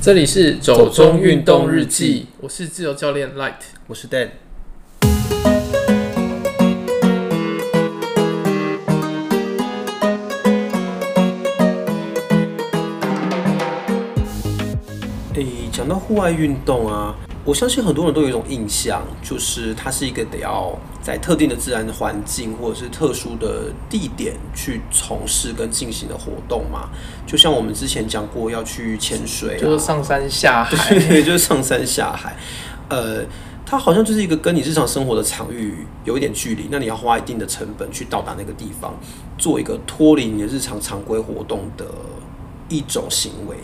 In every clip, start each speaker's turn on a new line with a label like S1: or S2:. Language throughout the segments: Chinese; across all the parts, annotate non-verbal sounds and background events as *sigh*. S1: 这里是走中运动日记，我是自由教练 Light。
S2: 我是 Dan。诶，讲到户外运动啊，我相信很多人都有一种印象，就是它是一个得要在特定的自然环境或者是特殊的地点去从事跟进行的活动嘛。就像我们之前讲过，要去潜水、啊，
S1: 就是上山下海，
S2: *laughs* 对，就是上山下海。呃，它好像就是一个跟你日常生活的场域有一点距离，那你要花一定的成本去到达那个地方，做一个脱离你的日常常规活动的一种行为。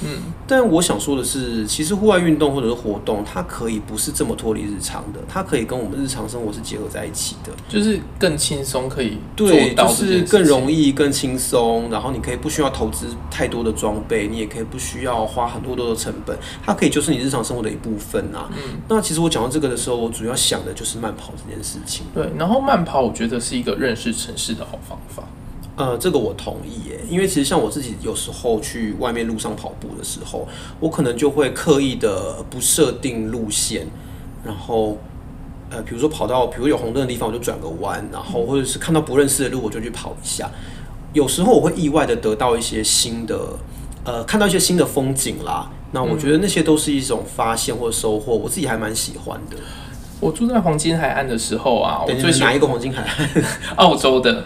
S1: 嗯，
S2: 但我想说的是，其实户外运动或者是活动，它可以不是这么脱离日常的，它可以跟我们日常生活是结合在一起的。
S1: 就是更轻松可以做
S2: 对，
S1: 到
S2: 就
S1: 这件
S2: 是
S1: 事情，
S2: 更容易、更轻松，然后你可以不需要投资太多的装备，你也可以不需要花很多多的成本，它可以就是你日常生活的一部分啊。
S1: 嗯
S2: 那其实我讲到这个的时候，我主要想的就是慢跑这件事情。
S1: 对。然后慢跑，我觉得是一个认识城市的好方法。
S2: 呃，这个我同意耶，因为其实像我自己有时候去外面路上跑步的时候，我可能就会刻意的不设定路线，然后呃，比如说跑到比如有红灯的地方，我就转个弯，然后或者是看到不认识的路，我就去跑一下。有时候我会意外的得到一些新的，呃，看到一些新的风景啦。那我觉得那些都是一种发现或收获，我自己还蛮喜欢的。
S1: 我住在黄金海岸的时候啊，我
S2: 等
S1: 最
S2: 你
S1: 喜欢
S2: 哪一个黄金海岸？ *laughs*
S1: 澳洲的，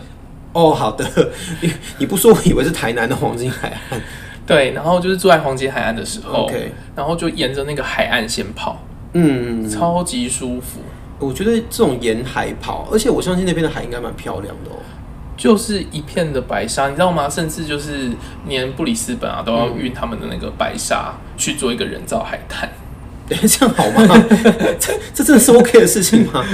S2: 哦，好的， *laughs* 你你不说，我以为是台南的黄金海岸。
S1: 对。然后就是住在黄金海岸的时候
S2: OK
S1: 然后就沿着那个海岸线跑，
S2: 嗯，
S1: 超级舒服。
S2: 我觉得这种沿海跑，而且我相信那边的海应该蛮漂亮的哦。 *laughs*
S1: 就是一片的白沙，你知道吗？甚至就是连布里斯本啊，都要
S2: 嗯
S1: 运他们的那个白沙去做一个人造海滩。
S2: 哎，这样好
S1: *laughs*
S2: 吗？这这真的是 OK 的事情吗？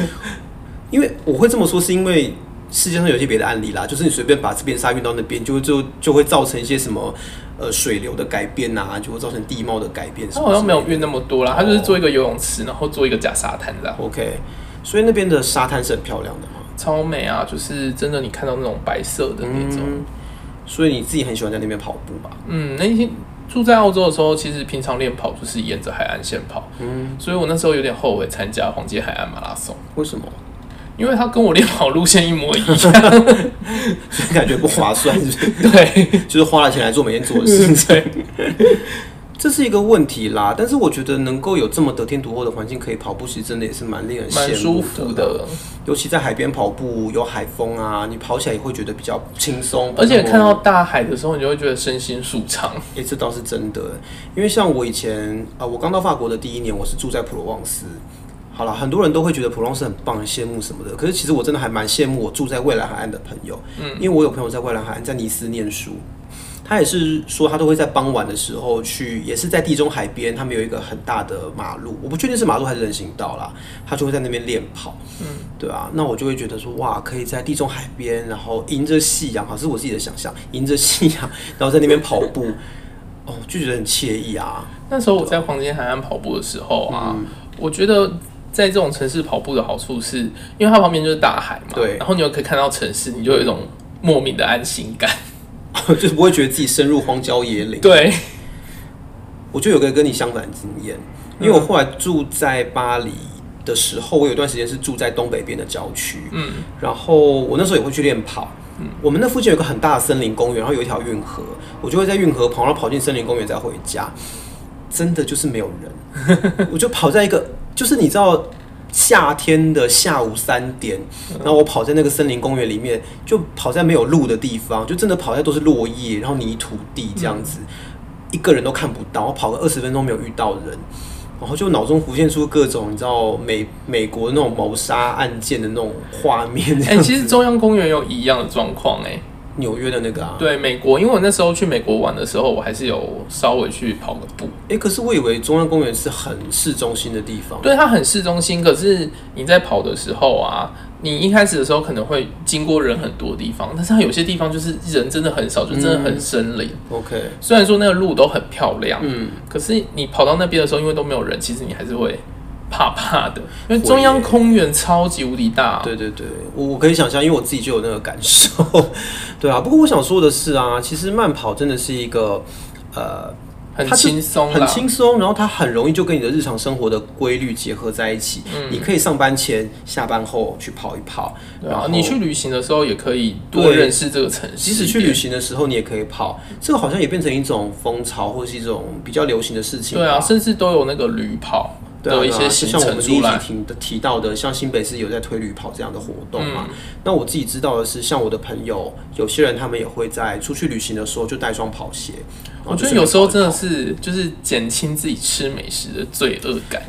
S2: 因为我会这么说，是因为世界上有一些别的案例啦，就是你随便把这边沙运到那边，就会就就会造成一些什么呃水流的改变啊，就会造成地貌的改变什
S1: 他
S2: 么之类的。
S1: 好像没有运那么多
S2: 哦
S1: 啦，他就是做一个游泳池，然后做一个假沙滩这样，
S2: OK，所以那边的沙滩是很漂亮的嘛。
S1: 超美啊！就是真的，你看到那种白色的那种，
S2: 嗯，所以你自己很喜欢在那边跑步吧？
S1: 嗯，那些住在澳洲的时候，其实平常练跑就是沿着海岸线跑，
S2: 嗯，
S1: 所以我那时候有点后悔参加黄金海岸马拉松，
S2: 为什么？ *laughs*
S1: 因为它跟我练跑路线一模一样。
S2: 感觉不划算，是不是？
S1: 对，
S2: 就是花了钱来做每天做的
S1: *laughs*
S2: 事情。 *laughs* 这是一个问题啦，但是我觉得能够有这么得天独厚的环境可以跑步，其实真的也是蛮令人羡慕
S1: 蛮舒服的。
S2: 尤其在海边跑步，有海风啊，你跑起来也会觉得比较轻松。
S1: 而且
S2: 然后
S1: 看到大海的时候，你就会觉得身心舒畅。
S2: 诶，哎这倒是真的，因为像我以前啊、呃我刚到法国的第一年，我是住在普罗旺斯。好了，很多人都会觉得普罗旺斯很棒，很羡慕什么的。可是其实我真的还蛮羡慕我住在蔚蓝海岸的朋友，嗯，因为我有朋友在蔚蓝海岸，在尼斯念书，他也是说他都会在傍晚的时候去，也是在地中海边，他们有一个很大的马路，我不确定是马路还是人行道啦，他就会在那边练跑，嗯，对啊，那我就会觉得说哇，可以在地中海边，然后迎着夕阳，好是我自己的想象，迎着夕阳，然后在那边跑步，哦，就觉得很惬意啊。 *laughs*
S1: 那时候我在黄金海岸跑步的时候啊，
S2: 嗯
S1: 我觉得在这种城市跑步的好处是，因为它旁边就是大海嘛，
S2: 对
S1: 然后你又可以看到城市，你就有一种莫名的安心
S2: *laughs*
S1: 感。
S2: 就是不会觉得自己深入荒郊野岭。
S1: 对，
S2: 我就有个跟你相反的经验，因为我后来住在巴黎的时候，我有一段时间是住在东北边的郊区，
S1: 嗯，
S2: 然后我那时候也会去练跑。我们那附近有一个很大的森林公园，然后有一条运河，我就会在运河跑，然后跑进森林公园再回家。真的就是没有人， *laughs* 我就跑在一个，就是你知道夏天的下午三点，然后我跑在那个森林公园里面，就跑在没有路的地方，就真的跑在都是落叶，然后泥土地这样子，一个人都看不到，我跑个二十分钟没有遇到人。然后就脑中浮现出各种你知道美美国那种谋杀案件的那种画面，这
S1: 哎、
S2: 样
S1: 其实中央公园有一样的状况哎。
S2: *laughs* 纽约的那个啊，
S1: 对，美国，因为我那时候去美国玩的时候，我还是有稍微去跑个步。
S2: 哎、可是我以为中央公园是很市中心的地方，
S1: 对，它很市中心，可是你在跑的时候啊，你一开始的时候可能会经过人很多的地方，但是它有些地方就是人真的很少，就真的很森林。
S2: ，OK，
S1: 虽然说那个路都很漂亮，
S2: 嗯，
S1: 可是你跑到那边的时候，因为都没有人，其实你还是会怕怕的，因为中央公园超级无敌大、
S2: 对对对，我我可以想象，因为我自己就有那个感受， *laughs* 对啊。不过我想说的是啊，其实慢跑真的是一个呃
S1: 很
S2: 它是
S1: 轻松
S2: 很
S1: 啦。
S2: 轻松，然后它很容易就跟你的日常生活的规律结合在一起。你可以上班前、下班后去跑一跑，
S1: 嗯对
S2: 然
S1: 啊
S2: 后，
S1: 你去旅行的时候也可以多
S2: 对
S1: 认识这个城市一点，
S2: 即使去旅行的时候，你也可以跑。这个好像也变成一种风潮，或是一种比较流行的事情吧。
S1: 对啊，甚至都有那个旅跑
S2: 对啊，
S1: 的一
S2: 对
S1: 些
S2: 啊
S1: 行
S2: 就像我
S1: 程
S2: 们第一
S1: 出
S2: 集
S1: 来。
S2: 提的提到的，像新北市有在推旅跑这样的活动嘛。
S1: 嗯
S2: 那我自己知道的是，像我的朋友，有些人他们也会在出去旅行的时候就带双跑鞋。然后
S1: 我觉得
S2: 就
S1: 哦有时候真
S2: 顺
S1: 的是
S2: 便跑一跑
S1: 就是减轻自己吃美食的罪恶感。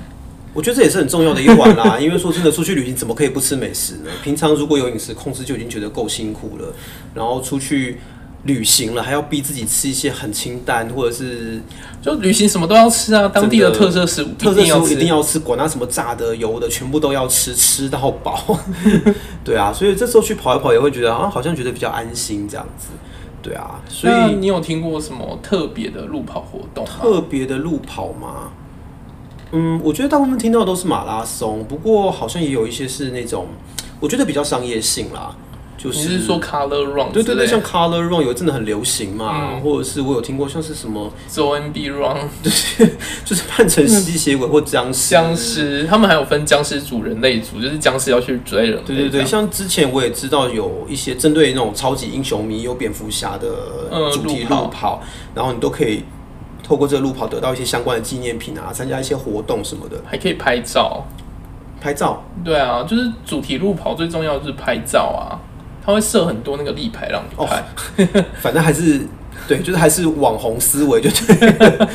S2: 我觉得这也是很重要的一环啦， *laughs* 因为说真的，出去旅行怎么可以不吃美食呢？平常如果有饮食控制就已经觉得够辛苦了，然后出去旅行了还要逼自己吃一些很清淡或者是
S1: 就旅行什么都要吃啊，当地的特色食物
S2: 特色食物
S1: 一
S2: 一
S1: 定
S2: 定
S1: 要吃。
S2: 要吃，管它什么炸的、油的，全部都要吃， *laughs* 吃到饱。 *laughs* 对啊，所以这时候去跑一跑也会觉得啊，好像觉得比较安心这样子。对啊，所
S1: 那
S2: 以
S1: 你有听过什么特别的路跑活动吗？
S2: 特别的路跑嘛，嗯，我觉得大部分听到的都是马拉松，不过好像也有一些是那种我觉得比较商业性啦，就
S1: 你是说 Color Run？
S2: 对对
S1: 之
S2: 对，
S1: 类
S2: 像 Color Run 有真的很流行嘛，
S1: 嗯
S2: 或者是我有听过像是什么，
S1: ZONB Run
S2: 就是扮成吸血鬼或僵尸，
S1: 僵尸，他们还有分僵尸组、人类组，就是僵尸要去追人类这
S2: 对
S1: 样。
S2: 对对，像之前我也知道有一些针对那种超级英雄迷，有蝙蝠侠的
S1: 嗯
S2: 主题
S1: 路跑
S2: 路跑，然后你都可以透过这个路跑得到一些相关的纪念品啊，参加一些活动什么的，
S1: 还可以拍照。
S2: 拍照。
S1: 对啊，就是主题路跑最重要的就是拍照啊，他会设很多那个立牌让你
S2: 哦
S1: 拍。
S2: 反正还是对，就是还是网红思维，就对了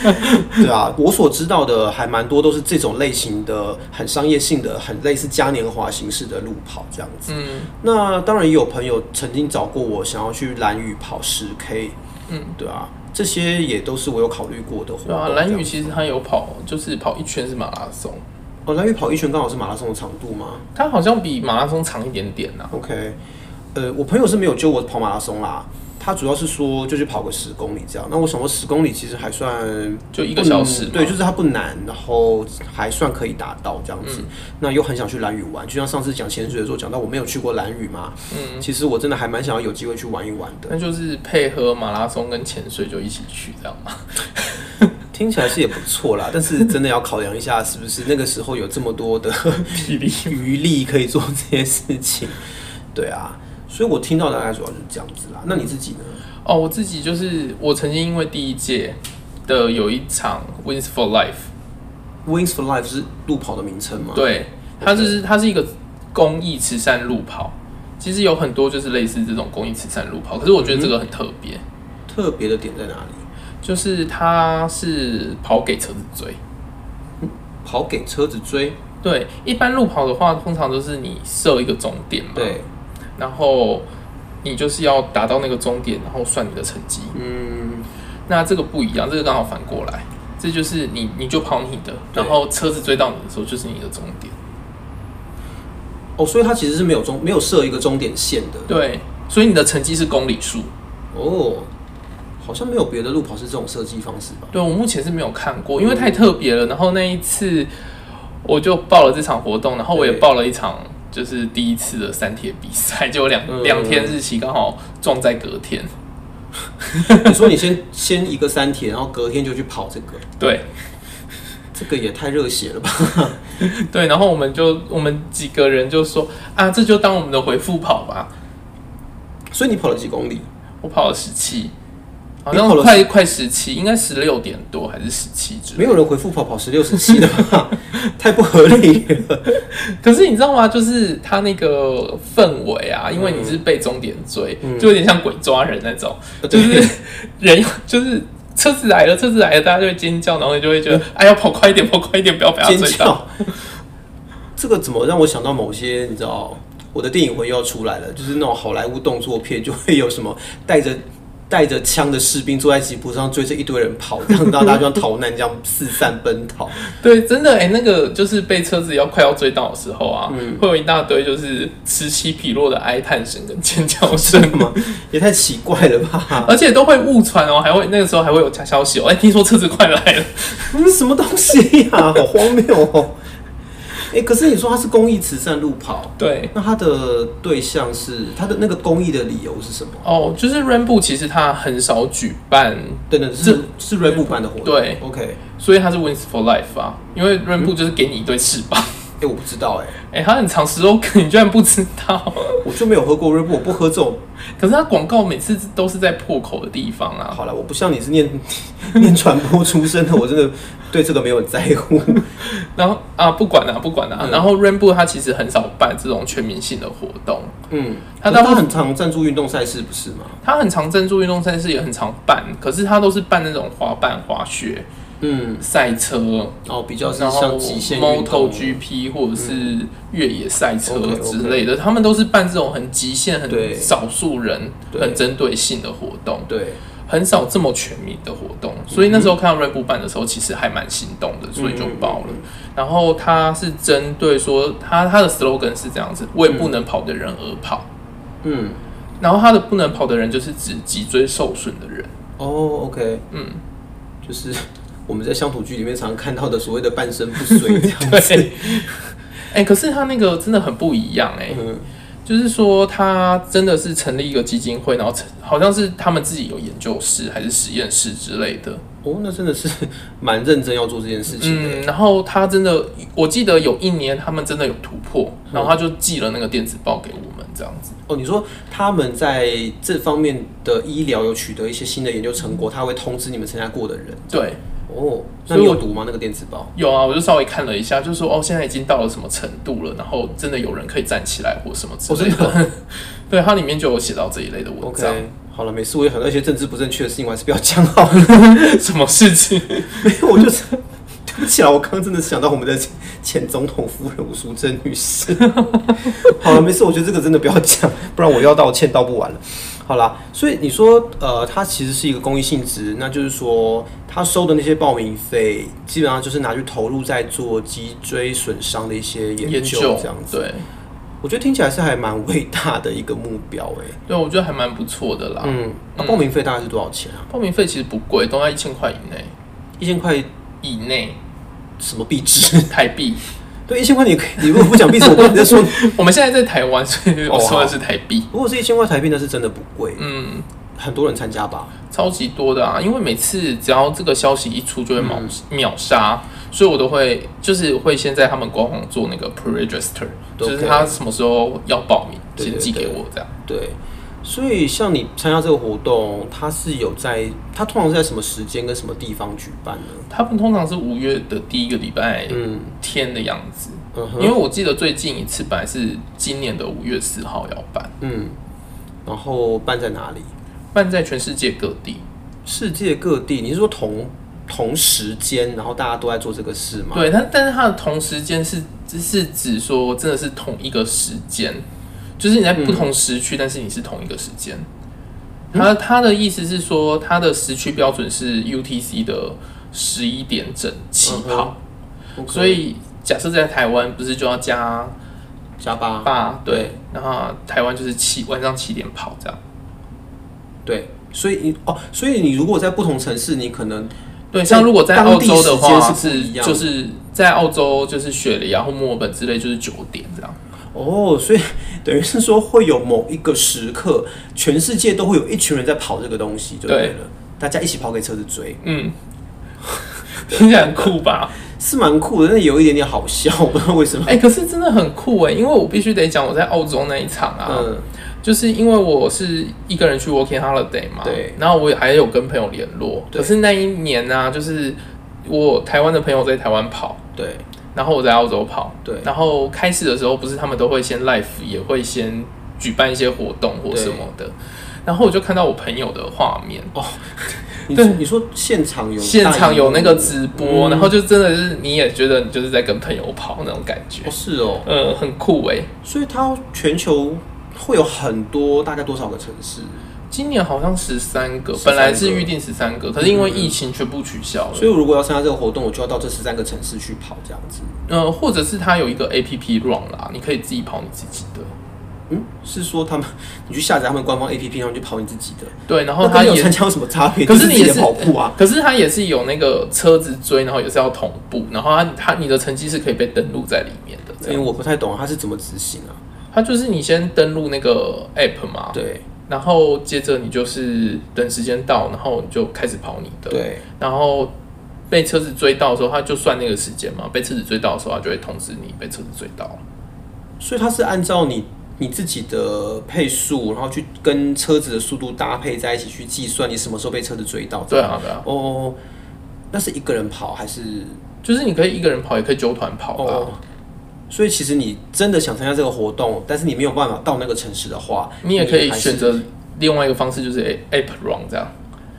S2: 对 *laughs* 啊。我所知道的还蛮多都是这种类型的，很商业性的，很类似嘉年华形式的路跑这样子。
S1: 嗯，
S2: 那当然也有朋友曾经找过我，想要去蓝屿跑十 K，
S1: 嗯，
S2: 对啊，这些也都是我有考虑过的活动。
S1: 对啊，蓝宇
S2: 这样
S1: 其实他有跑，就是跑一圈是马拉松，
S2: 哦，蓝屿跑一圈刚好是马拉松的长度吗
S1: 他好像比马拉松长一点点啊呐、
S2: ？OK，呃，我朋友是没有揪我跑马拉松啦，他主要是说就去跑个十公里这样。那我想说十公里其实还算
S1: 就一个小时嘛、
S2: 嗯对，就是它不难，然后还算可以达到这样子。
S1: 嗯
S2: 那又很想去蓝屿玩，就像上次讲潜水的时候讲到我没有去过蓝屿嘛，嗯，其实我真的还蛮想要有机会去玩一玩的。
S1: 那就是配合马拉松跟潜水就一起去这样嘛。
S2: 听起来是也不错啦，但是真的要考量一下，是不是那个时候有这么多
S1: *laughs*
S2: 的
S1: 霹雳，
S2: 余力可以做这些事情？对啊，所以我听到的大概主要就是这样子啦。那你自己呢？
S1: 哦，我自己就是我曾经因为第一届的有一场 Wins for Life，
S2: Wings for Life 是路跑的名称吗？，
S1: 对，它就是它是一个公益慈善路跑，其实有很多就是类似这种公益慈善路跑，可是我觉得这个很特别，
S2: 嗯特别的点在哪里？
S1: 就是它是跑给车子追。
S2: 跑给车子追，
S1: 对，一般路跑的话，通常都是你设一个终点嘛，，
S2: 对，
S1: 然后你就是要达到那个终点，然后算你的成绩。
S2: 嗯，
S1: 那这个不一样，这个刚好反过来，这就是你你就跑你的，
S2: 对
S1: 然
S2: 嗯
S1: 后车子追到你的时候就是你的终点。
S2: 哦，所以它其实是没有终没有设一个终点线的。
S1: 对，所以你的成绩是公里数。
S2: 哦，好像没有别的路跑是这种设计方式吧？
S1: 对我目前是没有看过，因为太特别了。然后那一次我就报了这场活动，然后我也
S2: 对
S1: 报了一场。就是第一次的三铁比赛，结果两
S2: 嗯
S1: 两天日期刚好撞在隔天，
S2: 你说你先先一个三铁，然后隔天就去跑这个，
S1: 对，
S2: 这个也太热血了吧？
S1: 对，然后我们就我们几个人就说啊，这就当我们的回复跑吧。
S2: 所以你跑了几公里？
S1: 我跑了十七，好
S2: 你
S1: 像
S2: 跑了
S1: 快快十七，应该十六点多还是十七之类
S2: 没有人回复跑跑十六十七的
S1: *laughs*
S2: 吧？太不合理了。
S1: 可是你知道吗？就是他那个氛围啊，因为
S2: 嗯
S1: 你是被终点追，就有点像鬼抓人那种，就是人就是。车子来了，车子来了，大家就会尖叫，然后你就会觉得，哎呀，跑快一点，跑快一点，不要被他
S2: 嗯尖
S1: 追到。
S2: 叫！这个怎么让我想到某些你知道，我的电影魂又要出来了，就是那种好莱坞动作片就会有什么带着。 *laughs* 带着枪的士兵坐在吉普上追着一堆人跑，让大家就像逃难这样四散奔逃。
S1: 对，真的哎、那个就是被车子要快要追到的时候啊，
S2: 嗯
S1: 会有一大堆就是此起彼落的哀叹声跟尖叫声，
S2: 吗？也太奇怪了吧！
S1: 而且都会误传哦，还会那个时候还会有假消息哦，哎、听说车子快来了，
S2: 啊这是什么东西呀、好荒谬哦！ *laughs* 哎、可是你说它是公益慈善路跑，
S1: *laughs* 对，
S2: 那它的对象是它的那个公益的理由是什么？
S1: 哦，就是 Rainbow 其实它很少举办，
S2: 等等，是是 r a i n b o 办的活动，
S1: 对
S2: ，OK，
S1: 所以它是 Wins for Life 啊，因为
S2: 嗯
S1: Rainbow 就是给你一对翅膀。
S2: 哎、我不知道哎、
S1: 哎、它很长 slogan，你居然不知道？
S2: 我就没有喝过 r a i n b o 我不喝这种。
S1: 可是它广告每次都是在破口的地方啊。
S2: 好了，我不像你是念 *laughs* 念传播出身的，我真的对这个没有很在
S1: *laughs*
S2: 乎。
S1: 然后啊，不管了、不管了、
S2: 嗯
S1: 然后 Rainbow 它其实很少办这种全民性的活动，
S2: 嗯，
S1: 他
S2: 他
S1: 大部
S2: 他很常赞助运动赛事，不是吗？
S1: 它很常赞助运动赛事，也很常办，可是它都是办那种滑板、滑雪、
S2: 嗯，
S1: 赛车，
S2: 哦，比较是
S1: 然后
S2: 像极限运动嗯
S1: MotoGP 或者是越野赛车
S2: OK，OK
S1: 之类的，他们都是办这种很极限、
S2: 对
S1: 很少数人、
S2: 对
S1: 很针对性的活动，
S2: 对，
S1: 很少这么全民的活动。所以那时候看到 Red Bull 办的时候，其实还蛮心动的，所以就报了。然后他是针对说，他他的 slogan 是这样子：为不能跑的人而跑。
S2: 嗯，
S1: 然后他的不能跑的人就是指脊椎受损的人。
S2: 哦，OK，
S1: 嗯，
S2: 就是我们在乡土剧里面常看到的所谓的半身不遂这样子。
S1: *laughs* 对，哎、可是他那个真的很不一样哎、
S2: 嗯，
S1: 就是说他真的是成立一个基金会，然后成好像是他们自己有研究室还是实验室之类的，
S2: 哦，那真的是蛮认真要做这件事情的。
S1: 嗯，然后他真的，我记得有一年他们真的有突破，然后他就寄了那个电子报给我们这样子，
S2: 哦，你说他们在这方面的医疗有取得一些新的研究成果，他会通知你们参加过的人。
S1: 对，
S2: 哦，那
S1: 嗯所以
S2: 你
S1: 我
S2: 有读吗？那个电子报？
S1: 有啊，我就稍微看了一下，就说哦，现在已经到了什么程度了，然后真的有人可以站起来或什么之类的， *laughs* 对，它里面就有写到这一类的文章
S2: OK，好了，没事，我有很多一些政治不正确的事情，我还是不要讲好了。
S1: *laughs* 什么事情？
S2: 没有， *laughs* 我就是。对不起啊，我刚刚真的是想到我们的前前总统夫人吴淑珍女士。 *laughs* 好了，没事，我觉得这个真的不要讲，不然我又要道歉道不完了。好啦，所以你说，呃，它其实是一个公益性质，那就是说，他收的那些报名费，基本上就是拿去投入在做脊椎损伤的一些研究，这样子。
S1: 对。
S2: 我觉得听起来是还蛮伟大的一个目标、欸，
S1: 对，我觉得还蛮不错的啦。
S2: 嗯，那、报名费大概是多少钱啊？
S1: 报名费其实不贵，都在一千块以内，
S2: 一千块
S1: 以内
S2: 什么币值？ *laughs*
S1: 台币。
S2: 对，一千块你可以，你如果不讲币值，我不知道你在说
S1: 我们现在在台湾，所以
S2: 哦
S1: 我说的是台币。
S2: 如果是一千块台币，那是真的不贵，
S1: 嗯，
S2: 很多人参加吧？
S1: 超级多的啊！因为每次只要这个消息一出，就会
S2: 嗯
S1: 秒、秒杀，所以我都会就是会先在他们官网做那个 pre-register，
S2: 都
S1: 就
S2: 可以
S1: 是他什么时候要报名，
S2: 对
S1: 先
S2: 对
S1: 寄给
S2: 对
S1: 我这样。
S2: 对，所以像你参加这个活动，它是有在，它通常是在什么时间跟什么地方举办呢？
S1: 他们通常是五月的第一个礼拜
S2: 嗯
S1: 天的样子，
S2: 嗯
S1: 因为
S2: 哼，
S1: 我记得最近一次本来是今年的五月四号要办，
S2: 嗯，然后办在哪里？
S1: 办在全世界各地。
S2: 世界各地？你是说同同时间，然后大家都在做这个事吗？
S1: 对，但但是它的同时间是是指说真的是同一个时间，就是你在不同时
S2: 嗯
S1: 区，但是你是同一个时间。它它的意思是说，它的时区标准是 UTC 的十一点整
S2: 嗯
S1: 起跑，
S2: OK，
S1: 所以假设在台湾不是就要加
S2: 加八
S1: 八
S2: 嗯对
S1: 对，然后台湾就是七晚上七点跑这样。
S2: 对，所以你哦，所以你如果在不同城市，你可能
S1: 对，
S2: 在
S1: 像如果在澳洲的
S2: 当地
S1: 话
S2: 时间是不一样的
S1: 就是在澳洲就是雪梨啊或墨尔本之类就是九点这样。
S2: 哦，所以 *laughs* 等于是说会有某一个时刻，全世界都会有一群人在跑这个东西，就对了。大家一起跑给车子追，
S1: 嗯， *laughs* 听起来很酷吧？
S2: 是蛮酷的，但是有一点点好笑， *laughs* 我不知道为什么。
S1: *laughs* 哎、可是真的很酷哎、因为我必须得讲，我在澳洲那一场啊，
S2: 嗯，
S1: 就是因为我是一个人去 working holiday 嘛，
S2: 对
S1: 然后我也还有跟朋友联络，
S2: 对
S1: 可是那一年呢、啊，就是我台湾的朋友在台湾跑，
S2: 对
S1: 然后我在澳洲跑，
S2: 对
S1: 然后开始的时候不是他们都会先 live，也会先举办一些活动或什么的，然后我就看到我朋友的画面，
S2: 你
S1: 对
S2: 你说现场有
S1: 现
S2: 大
S1: 场
S2: 荧幕嗯
S1: 有那个直播，然后就真的是你也觉得你就是在跟朋友跑那种感觉
S2: 哦，是哦，
S1: 嗯，很酷哎、
S2: 所以它全球会有很多，大概多少个城市？
S1: 今年好像十三个
S2: 13个，嗯
S1: 本来是预定十三个，可是因为疫情全部取消了。
S2: 所以我如果要参加这个活动，我就要到这十三个城市去跑这样子。
S1: 呃，或者是它有一个 A P P run 啦，你可以自己跑你自己的。
S2: 嗯，是说他们 *laughs* 你去下载他们官方 APP，然后你就跑你自己的，
S1: 对，然
S2: 那
S1: 后
S2: 跟
S1: 他
S2: 你有
S1: 也
S2: 参加有什么差别？
S1: 可是
S2: 就
S1: 你
S2: 自己
S1: 也
S2: 的
S1: 是
S2: 跑步啊，
S1: 可是他也是有那个车子追，然后也是要同步，然后他他你的成绩是可以被登录在里面的。这
S2: 因为
S1: 样，
S2: 我不太懂他是怎么执行啊。
S1: 他就是你先登录那个 app 嘛，
S2: 对
S1: 然后接着你就是等时间到，然后你就开始跑你的，，
S2: 对，
S1: 然后被车子追到的时候，他就算那个时间嘛，被车子追到的时候，他就会通知你被车子追到了。
S2: 所以它是按照你你自己的配速，然后去跟车子的速度搭配在一起去计算你什么时候被车子追到。
S1: 对啊，对啊，
S2: 哦，那是一个人跑还是
S1: 就是你可以一个人跑，也可以纠团跑啊。
S2: 哦？所以其实你真的想参加这个活动，但是你没有办法到那个城市的话，
S1: 你也可以
S2: 还是
S1: 选择另外一个方式，就是 A- app run 这样。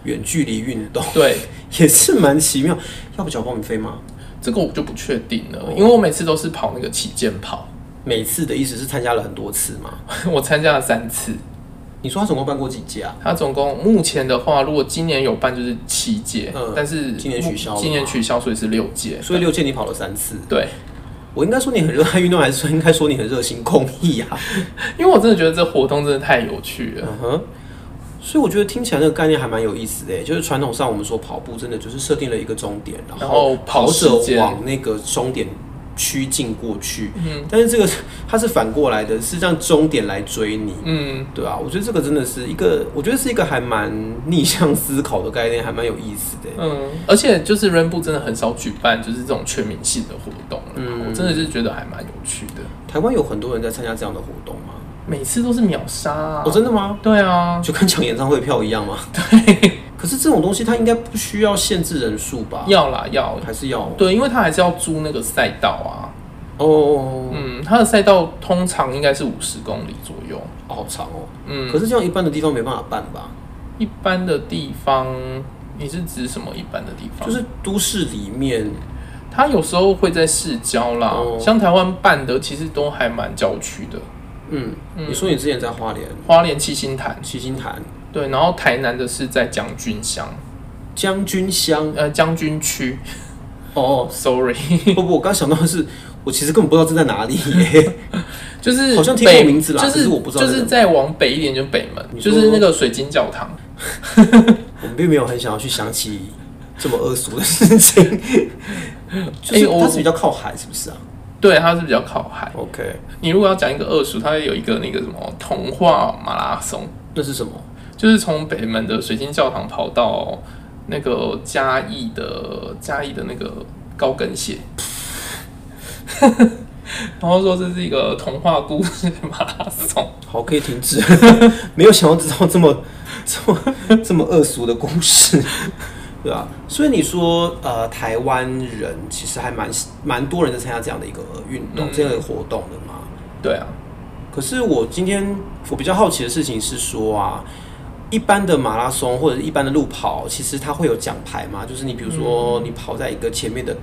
S2: 远距离运动， *laughs*
S1: 对，
S2: 也是蛮奇妙。要不缴报名费吗？
S1: 这个我就不确定了，
S2: 哦
S1: 因为我每次都是跑那个旗舰跑， *laughs*
S2: 每次的意思是参加了很多次吗？
S1: 我参加了三次。
S2: 你说他总共办过几届啊？
S1: 它总共目前的话，如果今年有办就是七届，
S2: 嗯
S1: 但是
S2: 今年取消了嘛
S1: 今年取消，所以是六届。
S2: 所以六届你跑了三次。
S1: 对，
S2: 我应该说你很热爱运动，还是说应该说你很热心公益啊？
S1: 因为我真的觉得这活动真的太有趣了。
S2: 嗯哼，所以我觉得听起来那个概念还蛮有意思的耶，就是传统上我们说跑步真的就是设定了一个终点，
S1: 然
S2: 后
S1: 后
S2: 跑
S1: 跑
S2: 者
S1: 时间
S2: 往那个终点趋近过去。嗯，但是这个它是反过来的，是让终点来追你。
S1: 嗯，
S2: 对啊，我觉得这个真的是一个，我觉得是一个还蛮逆向思考的概念，还蛮有意思的耶。
S1: 嗯，而且就是 Rainbow 真的很少举办就是这种全民性的活动了，我真的是觉得还蛮有趣的。
S2: 台湾有很多人在参加这样的活动吗？
S1: 每次都是秒杀、啊，
S2: 哦，真的吗？
S1: 对啊，
S2: 就跟抢演唱会票一样吗？
S1: *laughs*
S2: 对。可是这种东西它应该不需要限制人数吧？
S1: 要啦要，
S2: 还是要哦
S1: 对，因为他还是要租那个赛道啊。
S2: 哦哦。
S1: 嗯，它的赛道通常应该是五十公里左右。
S2: 哦好长哦。
S1: 嗯，
S2: 可是这样一般的地方没办法办吧？
S1: 一般的地方，你是指什么一般的地方？
S2: 就是都市里面，
S1: 它有时候会在市郊啦，
S2: 哦
S1: 像台湾办的其实都还蛮郊区的，
S2: 嗯，你说你之前在花莲、
S1: 花莲七星潭，
S2: 七星潭、
S1: 对，然后台南的是在将军乡，
S2: 将军乡，
S1: 呃，将军区
S2: 哦，
S1: ，sorry， *laughs*
S2: 不不，我刚想到的是，我其实根本不知道这在哪里耶。
S1: 就是
S2: 好像听
S1: 北
S2: 过名字啦
S1: 就
S2: 可是我不知道
S1: 就
S2: 在
S1: 是
S2: 哪
S1: 再往北一点就北门，
S2: 你
S1: 就
S2: 说
S1: 是那个水晶教堂，
S2: 我们并没有很想要去想起这么恶俗的事情， *laughs* 就是
S1: 哎我
S2: 它是比较靠海，是不是啊
S1: 对，它是比较靠海。
S2: ？OK，
S1: 你如果要讲一个二叔，它会有一个那个什么童话马拉松，
S2: 那是什么？
S1: 就是从北门的水晶教堂跑到那个嘉义的嘉义的那个高跟鞋， *laughs* 然后说这是一个童话故事马拉松，
S2: 好，可以停止。 *laughs* 没有想要知道这么、这么、这么恶俗的故事， *laughs* 对啊，所以你说，呃，台湾人其实还蛮蛮多人在参加这样的一个运动、这样的活动的嘛。
S1: 对啊，
S2: 可是我今天我比较好奇的事情是说啊，一般的马拉松或者一般的路跑，其实它会有奖牌嘛？就是你比如说你跑在一个前面的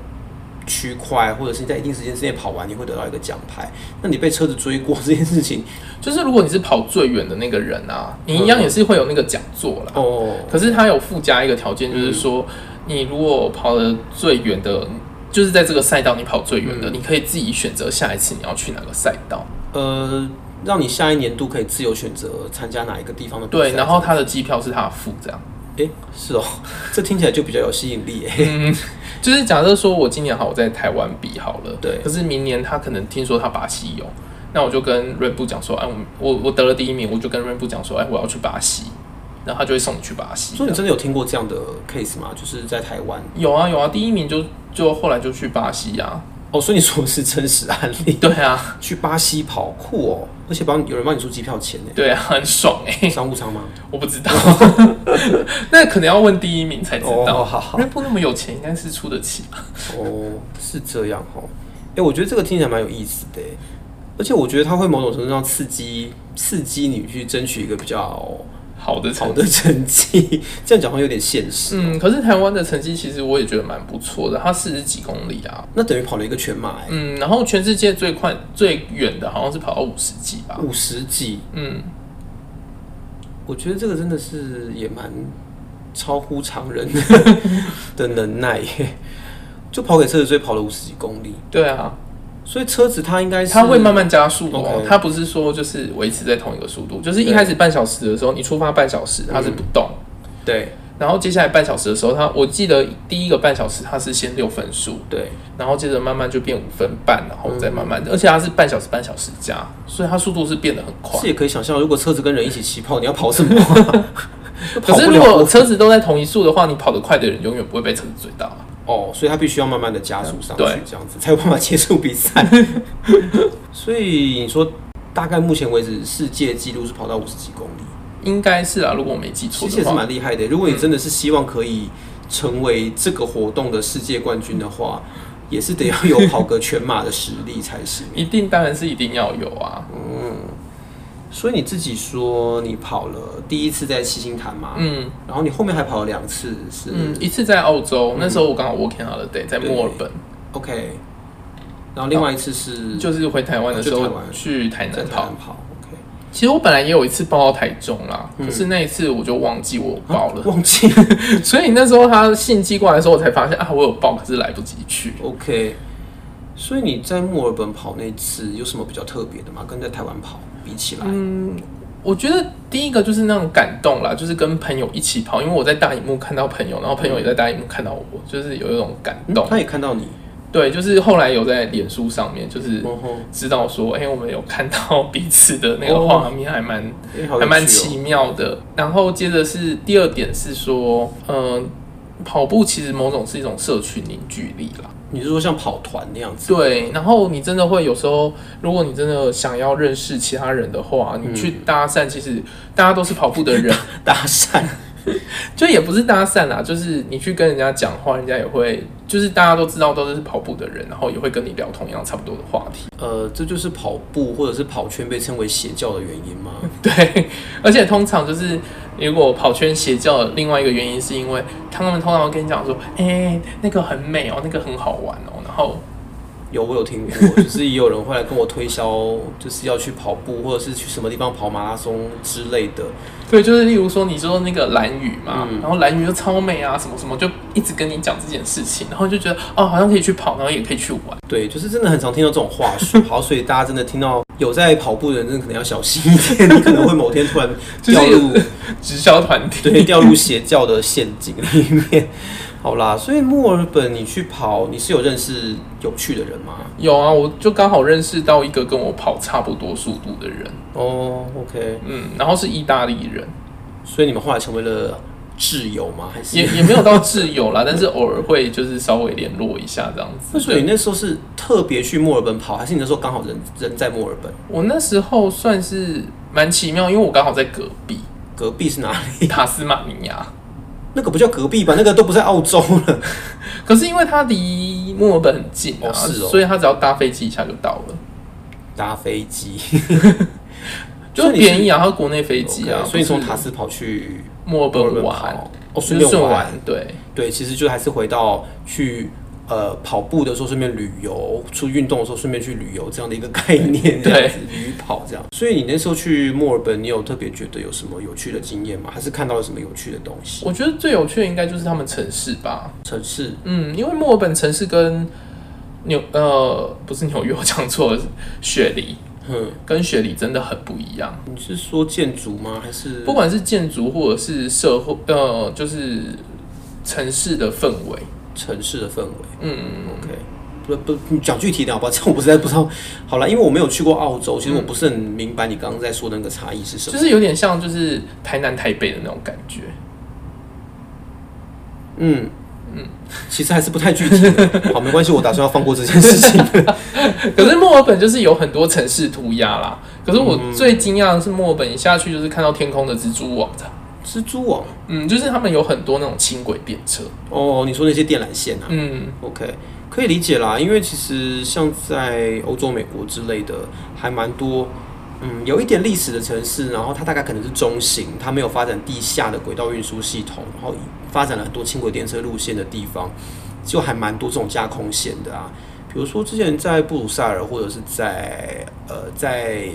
S2: 区块，或者是你在一定时间之内跑完，你会得到一个奖牌。那你被车子追过这件事情，
S1: 就是如果你是跑最远的那个人啊，你一样
S2: 嗯
S1: 也是会有那个讲座啦。
S2: 哦，
S1: 可是它有附加一个条件，就是说
S2: 嗯
S1: 你如果跑得最远的，就是在这个赛道你跑最远的，
S2: 嗯
S1: 你可以自己选择下一次你要去哪个赛道。
S2: 呃，让你下一年度可以自由选择参加哪一个地方的比赛
S1: 对，然后它的机票是它付这样。
S2: 诶，是哦， *laughs* 这听起来就比较有吸引力
S1: *laughs*
S2: 诶。
S1: 就是假设说我今年好，我在台湾比好了，
S2: 对
S1: 可是明年他可能听说他巴西有，那我就跟瑞布讲说，哎，我我我得了第一名，我就跟瑞布讲说，哎，我要去巴西，然后他就会送你去巴西。
S2: 所以你真的有听过这样的 case 吗？就是在台湾
S1: 有啊有啊，第一名就就后来就去巴西啊，
S2: 哦，所以你说的是真实案例， *laughs*
S1: 对啊
S2: 去巴西跑酷哦，而且帮有人帮你出机票钱
S1: 对啊，很爽哎、 *laughs*
S2: 诶，商务舱吗？
S1: 我不知道， *laughs* 那可能要问第一名才知
S2: 哦，
S1: 道。
S2: 好好
S1: 瑞布那么有钱，应该是出得起吧？
S2: 哦，是这样哦。诶，我觉得这个听起来蛮有意思的诶，而且我觉得它会某种程度上刺激刺激你去争取一个比较
S1: 好的成
S2: 好
S1: 绩，
S2: 的成绩， *laughs* 这样讲好像有点现实。
S1: 嗯，可是台湾的成绩其实我也觉得蛮不错的，他四十几公里啊，
S2: 那等于跑了一个全马、欸，
S1: 嗯，然后全世界最快最远的好像是跑到五十几吧。
S2: 五十几。
S1: 嗯，
S2: 我觉得这个真的是也蛮超乎常人 *laughs* 的能耐耶，就跑给车子追跑了五十几公里。
S1: 对啊，
S2: 所以车子它应该是
S1: 它会慢慢加速哦
S2: OK
S1: 它不是说就是维持在同一个速度，就是一开始半小时的时候，你出发半小时它是
S2: 嗯
S1: 不动，
S2: 对
S1: 然后接下来半小时的时候，它我记得第一个半小时它是先六分数，
S2: 对，
S1: 然后接着慢慢就变五分半，然后再
S2: 嗯
S1: 慢慢，而且它是半小时半小时加，所以它速度是变得很快
S2: 这。也可以想象，如果车子跟人一起起跑，你要跑什么、 *laughs* 啊？
S1: *laughs* 可是如果车子都在同一速的话，你跑得快的人永远不会被车子追到啊。
S2: 哦，所以他必须要慢慢的加速上去
S1: 对，
S2: 这样子才 *laughs* 有办法结束比赛。 *laughs* 所以你说，大概目前为止世界纪录是跑到五十几公里，
S1: 应该是啊，如果我没记错
S2: 其实也
S1: 的话，
S2: 是蛮厉害的。如果你真的是希望可以成为这个活动的世界冠军的话，也是得要有跑个全马的实力才行。
S1: 一定当然是一定要有啊。
S2: *laughs* 所以你自己说你跑了第一次在七星潭嘛，
S1: 嗯
S2: 然后你后面还跑了两次，啊是、
S1: 嗯，一次在澳洲，那时候我刚好 working holiday 在墨尔本，
S2: OK，然后另外一次是
S1: 就是回台湾的时
S2: 就
S1: 候
S2: 台湾
S1: 去台
S2: 在
S1: 南
S2: 台
S1: 跑。
S2: 湾跑，OK。啊
S1: 其实我本来也有一次报到台中啦，
S2: 嗯
S1: 可是那一次我就忘记我有报了，
S2: 忘 *laughs* 记
S1: 所以那时候他信寄过来的时候，我才发现啊，我有报，可是来不及去。
S2: OK。所以你在墨尔本跑那次有什么比较特别的吗？跟在台湾跑比起来，
S1: 我觉得第一个就是那种感动啦，就是跟朋友一起跑，因为我在大荧幕看到朋友，然后朋友也在大荧幕看到我，就是有一种感
S2: 嗯
S1: 动。
S2: 他也看到你，
S1: 对，就是后来有在脸书上面，就是
S2: 哦吼，
S1: 知道说，哎、我们有看到彼此的那个画面，还蛮、
S2: 哎好有
S1: 还蛮
S2: 趣
S1: 奇妙的。然后接着是第二点是说，嗯、跑步其实某种是一种社群凝聚力啦
S2: 哦。。你是说像跑团那样子？
S1: 对，然后你真的会有时候，如果你真的想要认识其他人的话，你去搭讪，其实大家都是跑步的人，
S2: 搭讪，
S1: 就也不是搭讪啦，就是你去跟人家讲话，人家也会，就是大家都知道都是跑步的人，然后也会跟你聊同样差不多的话题。 *laughs*
S2: 呃，这就是跑步或者是跑圈被称为邪教的原因吗？
S1: 嗯对，而且通常就是如果跑圈邪教，的另外一个原因是因为他们通常会跟你讲说，哎、那个很美哦，那个很好玩哦，然后
S2: 有，我有听过，就是也有人会来跟我推销，就是要去跑步或者是去什么地方跑马拉松之类的。
S1: 对，就是例如说你说那个蓝雨嘛，然后蓝雨就超美啊，什么什么，就一直跟你讲这件事情，然后就觉得哦，好像可以去跑，然后也可以去玩。
S2: 对，就是真的很常听到这种话术。好，所以大家真的听到有在跑步的人，真的可能要小心一点，你可能会某天突然
S1: 就是
S2: 掉入、
S1: 直销团体，
S2: 对掉入邪教的陷阱里面。好啦，所以墨尔本你去跑，你是有认识有趣的人吗？
S1: 有啊，我就刚好认识到一个跟我跑差不多速度的人，
S2: 哦、o k
S1: 嗯，然后是意大利人，
S2: 所以你们后来成为了挚友吗？还是
S1: 也也没有到挚友啦，但是偶尔会就是稍微联络一下这样子。
S2: 那所以你那时候是特别去墨尔本跑，还是你那时候刚好人人在墨尔本？
S1: 我那时候算是蛮奇妙，因为我刚好在隔
S2: *laughs*
S1: 壁
S2: 隔壁是哪里？ *laughs*
S1: 塔斯马尼亚，
S2: 那个不叫隔壁吧？那个都不在澳洲了。
S1: 可是因为它离墨尔本很近啊，
S2: 哦是哦
S1: 所以它只要搭飞机一下就到了，
S2: *laughs* 搭飞机，
S1: 就
S2: 所以
S1: 是
S2: 你是
S1: 便宜啊，它国内飞机啊
S2: OK，所以你从
S1: 不是
S2: 塔斯跑去
S1: 墨尔
S2: 墨尔
S1: 本
S2: 本
S1: 玩
S2: 跑，，哦，顺
S1: 就是
S2: 便
S1: 顺
S2: 玩
S1: 玩，对
S2: 对，其实就还是回到去呃跑步的时候顺便旅游，出去运动的时候顺便去旅游这样的一个概念， *laughs*
S1: 对
S2: 这样子旅跑这样。所以你那时候去墨尔本，你有特别觉得有什么有趣的经验吗？还是看到了什么有趣的东西？
S1: 我觉得最有趣的应该就是他们城市吧，
S2: 城市
S1: 嗯，因为墨尔本城市跟纽呃不是纽约，我讲错了，是雪梨，
S2: 嗯，
S1: 跟雪梨真的很不一样。
S2: 你是说建筑吗？还是
S1: 不管是建筑或者是社会，呃，就是城市的氛围，
S2: 城市的氛围？
S1: 嗯，
S2: OK，不不，你讲具体点好 *laughs* 吧？这样我不实在不知道。好了，因为我没有去过澳洲，其实我不是很明白你刚刚在说的那个差异是什
S1: 就
S2: 么。
S1: 是有点像就是台南、台北的那种感觉。
S2: 嗯嗯，其实还是不太具体的。好，没关系，我打算要放过这件事情。
S1: 可是墨尔本就是有很多城市涂鸦啦。可是我最惊讶的是墨尔本一下去就是看到天空的蜘蛛网的，
S2: 蜘蛛网
S1: 嗯，就是他们有很多那种轻轨电车，
S2: 哦，你说那些电缆线啊
S1: 嗯，
S2: ？OK，可以理解啦，因为其实像在欧洲、美国之类的，还蛮多。嗯，有一点历史的城市，然后它大概可能是中型，它没有发展地下的轨道运输系统，然后发展了很多轻轨电车路线的地方，就还蛮多这种架空线的啊。比如说之前在布鲁塞尔，或者是在呃在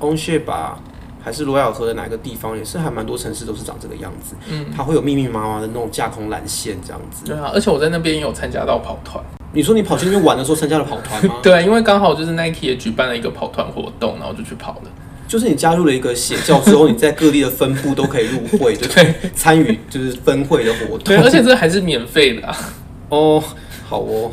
S2: 翁谢吧，还是罗亚尔河的哪一个地方，也是还蛮多城市都是长这个样子。嗯，它会有密密麻麻的那种架空缆线这样子。
S1: 对啊。而且我在那边也有参加到跑团，？
S2: 你说你跑去那边玩的时候参加了跑团吗
S1: *laughs* 对，因为刚好就是 Nike 也举办了一个跑团活动，然后就去跑了。
S2: 就是你加入了一个邪教之后，你在各地的分部都可以入会，就
S1: 对
S2: 参与就是分会的活动。
S1: 对，而且这还是免费的、啊。
S2: 哦，好哦，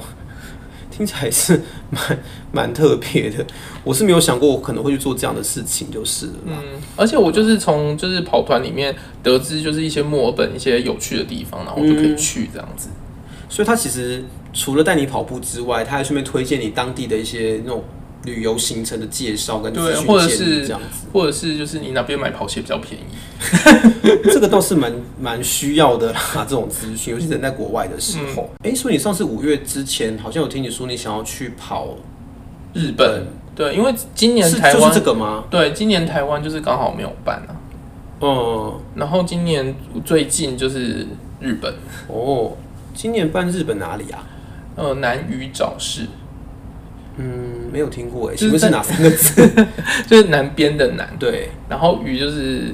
S2: 听起来是蛮蛮特别的。我是没有想过我可能会去做这样的事情，就是了啦
S1: 嗯，而且我就是从就是跑团里面得知，就是一些墨尔本一些有趣的地方，然后我就可以去这样子。
S2: 所以他其实除了带你跑步之外，他还顺便推荐你当地的一些那种旅游行程的介绍跟资
S1: 对，
S2: 讯
S1: 或者
S2: 建议
S1: 是
S2: 这样
S1: 嗯
S2: 子。
S1: 或者是就是你哪边买跑鞋比较便宜？
S2: *laughs* 这个倒是蛮蛮需要的啦， *laughs* 这种资讯，尤其是人在国外的时候。
S1: 嗯
S2: 哎、所以你上次五月之前好像有听你说你想要去跑，
S1: 日本对，因为今年
S2: 是
S1: 台
S2: 就
S1: 湾、
S2: 是这个吗？
S1: 对，今年台湾就是刚好没有办啊。
S2: 嗯，
S1: 然后今年最近就是日本，
S2: 哦，今年办日本哪里啊？
S1: 呃，南屿早市， *laughs*
S2: 嗯，没有听过哎、
S1: 就
S2: 请
S1: 是
S2: 问是
S1: 在
S2: 哪三个字？
S1: 就是南边的南，
S2: *laughs* 对
S1: 然后鱼就是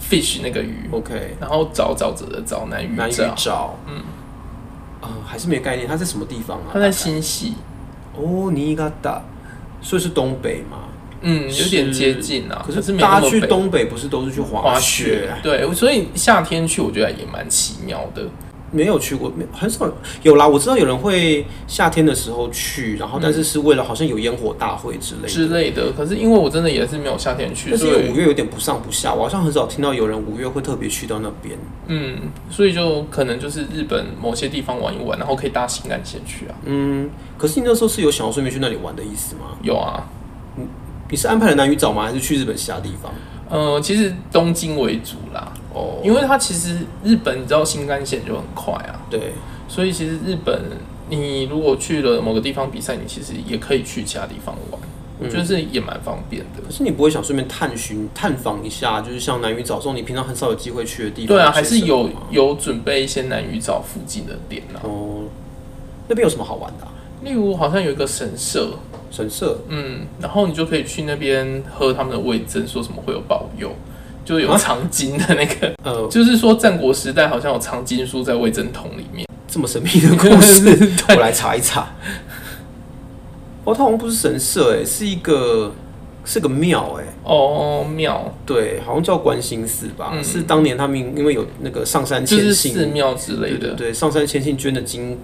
S1: fish 那个鱼，
S2: ，OK，
S1: 然后沼沼泽的沼，南屿
S2: 难以
S1: 沼，
S2: 找，嗯，呃，还是没概念，它在什么地方啊？
S1: 它在新系，
S2: 哦，尼嘎达，所以是东北嘛？
S1: 嗯，有点接近啊，
S2: 可
S1: 是
S2: 是
S1: 没有
S2: 大
S1: 那
S2: 家
S1: 么
S2: 去
S1: 北
S2: 东北不是都是去滑
S1: 滑
S2: 雪？
S1: 雪，对，所以夏天去我觉得也蛮奇妙的，
S2: 没有去过，没很少有啦。我知道有人会夏天的时候去，然后但是是为了好像有烟火大会之类的。
S1: 之类的。嗯可是因为我真的也是没有夏天去，
S2: 但是
S1: 所
S2: 因为
S1: 以
S2: 五月有点不上不下，我好像很少听到有人五月会特别去到那边。
S1: 嗯，所以就可能就是日本某些地方玩一玩，然后可以搭新干线去啊。
S2: 嗯，可是你那时候是有想要顺便去那里玩的意思吗？
S1: 有啊，
S2: 你是安排了南屿岛吗？还是去日本其他地方？
S1: 呃，其实东京为主啦，
S2: 哦，
S1: 因为它其实日本你知道新干线就很快啊，
S2: 对，
S1: 所以其实日本你如果去了某个地方比赛，你其实也可以去其他地方玩，
S2: 嗯
S1: 就是也蛮方便的。
S2: 可是你不会想顺便探寻、探访一下，就是像南屿岛这种你平常很少有机会去的地方？
S1: 对啊，还是
S2: 些什么
S1: 有
S2: 吗
S1: 有准备一些南屿沼附近的点啊，
S2: 哦。那边有什么好玩的啊、
S1: 例如好像有一个神社，
S2: 神社
S1: 嗯，然后你就可以去那边喝他们的味噌，说什么会有保佑，就
S2: 啊
S1: 有藏经的那个，
S2: 呃，
S1: 就是说战国时代好像有藏经书在味噌桶里面，
S2: 这么神秘的 *laughs* 故
S1: *laughs*
S2: 事，我来查一查。哦，它好像不是神社、哎，是一个是个庙，哎，
S1: 哦，庙
S2: 对，好像叫观音寺吧，
S1: 嗯
S2: 是当年他们因为有那个上山
S1: 就
S2: 千
S1: 是
S2: 信，
S1: 寺庙之类
S2: 对对
S1: 的，
S2: 对，上山千信捐的金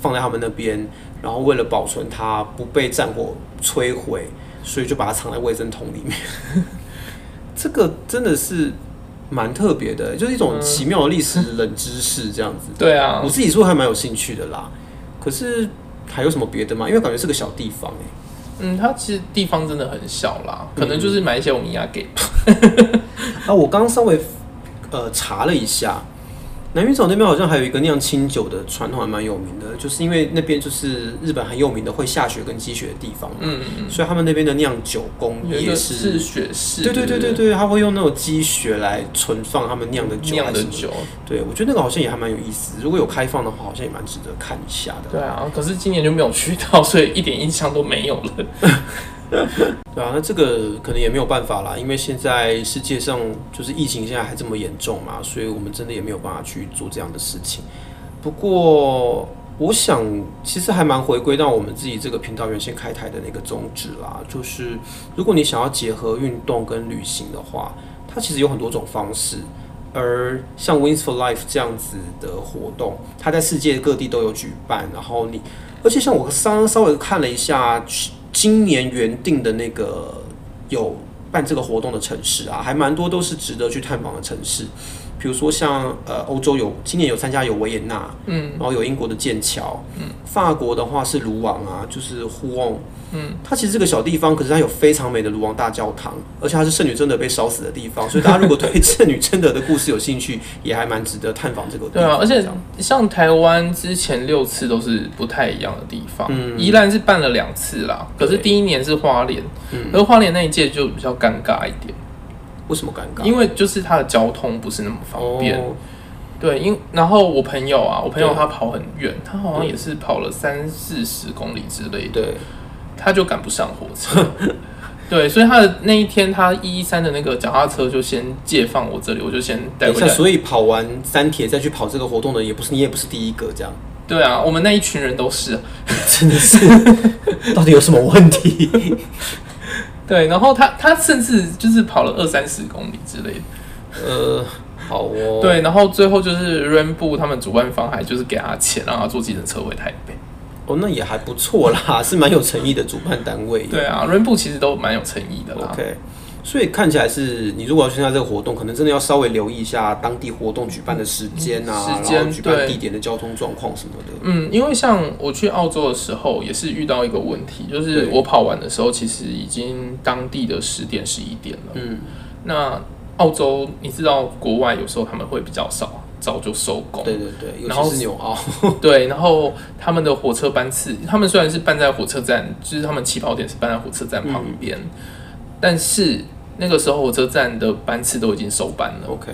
S2: 放在他们那边，然后为了保存它不被战火摧毁，所以就把它藏在味噌桶里面。 *laughs* 这个真的是蛮特别的，就是一
S1: 嗯
S2: 种奇妙的历史冷知识这样子。
S1: 对啊
S2: 我，自己说还蛮有兴趣的啦，可是还有什么别的吗？因为感觉是个小地方哎、
S1: 嗯，它其实地方真的很小啦，
S2: 嗯
S1: 可能就是买一些我们亚给，
S2: 啊，我刚刚稍微呃查了一下，南屿岛那边好像还有一个酿清酒的传统还蛮有名的，就是因为那边就是日本很有名的会下雪跟积雪的地方嘛，
S1: 嗯，
S2: 所以他们那边的酿酒工
S1: 有一
S2: 也
S1: 个
S2: 是
S1: 是。雪士，
S2: 嗯对对对对对，他会用那种积雪来存放他们酿的
S1: 对，
S2: 酒，
S1: 酿
S2: 还
S1: 的
S2: 是什么
S1: 酒，
S2: 对，我觉得那个好像也还蛮有意思。如果有开放的话，好像也蛮值得看一下的。
S1: 对啊，可是今年就没有去到，所以一点印象都没有了。
S2: 对啊，那这个可能也没有办法啦，因为现在世界上就是疫情现在还这么严重嘛，所以我们真的也没有办法去做这样的事情。不过，我想其实还蛮回归到我们自己这个频道原先开台的那个宗旨啦，就是如果你想要结合运动跟旅行的话，它其实有很多种方式。而像 Wins for Life 这样子的活动，它在世界各地都有举办。然后你，而且像我稍稍微看了一下，今年原定的那个有办这个活动的城市啊，还蛮多都是值得去探访的城市。比如说像呃欧洲有今年有参加有维也纳，
S1: 嗯，
S2: 然后有英国的剑桥，嗯，法国的话是卢旺啊，就是呼翁，嗯，它其实是个小地方，可是它有非常美的卢旺大教堂，而且它是圣女贞德被烧死的地方，所以大家如果对圣女贞德的故事有兴趣，也还蛮值得探访这个地
S1: *laughs* 对
S2: 方。
S1: 啊，而
S2: 这
S1: 且
S2: 样
S1: 像台湾之前六次都是不太一样的地方，宜兰是办了两次啦，可是
S2: 嗯对嗯
S1: 第一年是花莲，而花莲那一届就比较尴尬一点，
S2: 为什么尴尬？
S1: 因为就是它的交通不是那么方便。
S2: 哦
S1: 对，因然后我朋友啊，我朋友
S2: 对
S1: 他跑很远，他好像也是跑了三四十公里之类的，
S2: 对，
S1: 他就赶不上火
S2: *laughs*
S1: 车。对，所以他的那一天，他一三的那个脚踏车就先借放我这里，我就先带
S2: 等一
S1: 回
S2: 下，
S1: 来。
S2: 所以跑完三铁再去跑这个活动的，也不是你也不是第一个这样。 *laughs*
S1: 对啊，我们那一群人都是啊、
S2: 真的是， *laughs* 到底有什么问题？
S1: 对，然后他他甚至就是跑了二三十公里之类的。
S2: *laughs* 呃，好哦，，
S1: 对，然后最后就是 Rainbow 他们主办方还就是给他钱，让他坐计程车回台北。
S2: 哦，那也还不错啦， *laughs* 是蛮有诚意的主办单位。
S1: 对啊，Rainbow 其实都蛮有诚意的啦。
S2: OK，所以看起来是你如果要参加这个活动，可能真的要稍微留意一下当地活动举办的时间啊，
S1: 嗯时间
S2: 然后举办
S1: 对
S2: 地点的交通状况什么的。
S1: 嗯，因为像我去澳洲的时候，也是遇到一个问题，就是
S2: 对
S1: 我跑完的时候，其实已经当地的十点十一点了。
S2: 嗯，
S1: 那澳洲你知道，国外有时候他们会比较少早就收工，
S2: 对对对，
S1: 然后
S2: 尤其是纽澳，
S1: 对，然后他们的火车班次，他们虽然是办在火车站，就是他们起跑点是办在火车站旁边，但是那个时候火车站的班次都已经收班了。
S2: OK，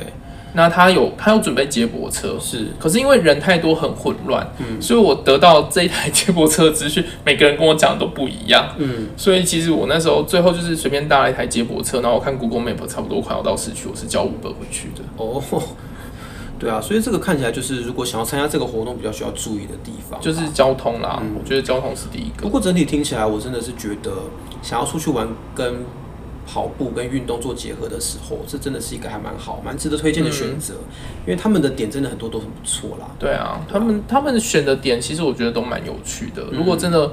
S1: 那他有他有准备接驳车，
S2: 是
S1: 可是因为人太多很混乱，所以我得到这一台接驳车的资讯，每个人跟我讲的都不一样，
S2: 嗯，
S1: 所以其实我那时候最后就是随便搭了一台接驳车，然后我看 Google Map 差不多快要到市区，我是叫 Uber 回去的。
S2: 哦。 *laughs* 对啊，所以这个看起来就是，如果想要参加这个活动，比较需要注意的地方。
S1: 就是交通啦，我觉得交通是第一个
S2: 不。过整体听起来，我真的是觉得想要出去玩跟跑步跟运动做结合的时候，这真的是一个还蛮好、蛮值得推荐的
S1: 嗯
S2: 选择，因为他们的点真的很多都很不错啦。
S1: 对啊，嗯他们他们选的点其实我觉得都蛮有趣的。如果真的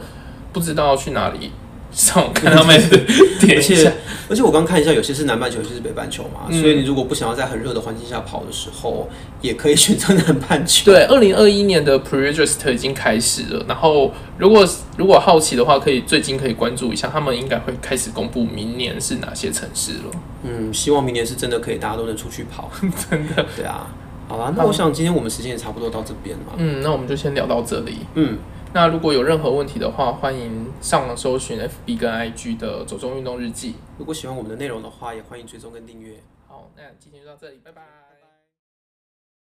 S1: 不知道要去哪里，上网看他 *laughs* 们的点
S2: 而
S1: 一下
S2: 且。而且我刚看一下，有些是南半球，有些是北半球嘛，
S1: 嗯
S2: 所以你如果不想要在很热的环境下跑的时候，也可以 *laughs* 选择南半球。
S1: 对，二零二一年的 pre-register 已经开始了。然后，如果如果好奇的话，可以最近可以关注一下，他们应该会开始公布明年是哪些城市了。
S2: 嗯，希望明年是真的可以，大家都能出去跑。
S1: *laughs* 真的，
S2: 对啊，好啦，那我想今天我们时间也差不多到这边嘛。
S1: 嗯，那我们就先聊到这里。
S2: 嗯，
S1: 那如果有任何问题的话，欢迎上网搜寻 FB 跟 IG 的“走中运动日记
S2: 如果喜欢我们的内容的话，也欢迎追踪跟订阅。”。
S1: 好，那今天就到这里，拜拜。